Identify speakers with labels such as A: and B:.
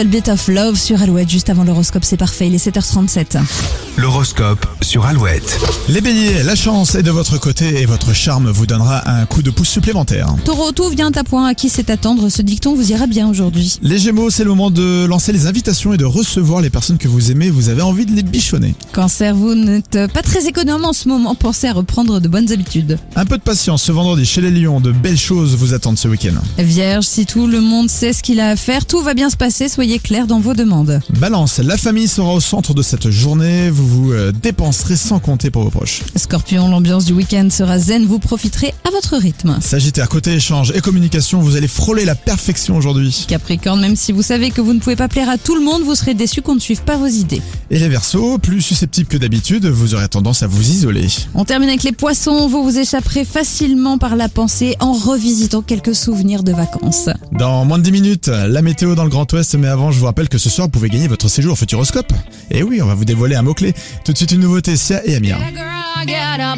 A: A Bit of Love sur Alouette, juste avant l'horoscope, c'est parfait, il est 7h37.
B: L'horoscope sur Alouette.
C: Les béliers, la chance est de votre côté et votre charme vous donnera un coup de pouce supplémentaire.
A: Taureau, tout vient à point, à qui c'est attendre, ce dicton vous ira bien aujourd'hui.
C: Les gémeaux, c'est le moment de lancer les invitations et de recevoir les personnes que vous aimez, vous avez envie de les bichonner.
A: Cancer, vous n'êtes pas très économe en ce moment, pensez à reprendre de bonnes habitudes.
C: Un peu de patience ce vendredi chez les lions, de belles choses vous attendent ce week-end.
A: Vierge, si tout le monde sait ce qu'il a à faire, tout va bien se passer, soyez clair dans vos demandes.
C: Balance, la famille sera au centre de cette journée, vous vous euh, dépenserez sans compter pour vos proches.
A: Scorpion, l'ambiance du week-end sera zen, vous profiterez à votre rythme.
C: Sagittaire, côté échange et communication, vous allez frôler la perfection aujourd'hui.
A: Capricorne, même si vous savez que vous ne pouvez pas plaire à tout le monde, vous serez déçu qu'on ne suive pas vos idées.
C: Et les versos, plus susceptibles que d'habitude, vous aurez tendance à vous isoler.
A: On termine avec les poissons, vous vous échapperez facilement par la pensée en revisitant quelques souvenirs de vacances.
C: Dans moins de 10 minutes, la météo dans le Grand Ouest, mais avant, je vous rappelle que ce soir, vous pouvez gagner votre séjour au Eh Futuroscope. Et oui, on va vous dévoiler un mot-clé. Tout de suite, une nouveauté, Sia et Amir.
D: That girl, I got up.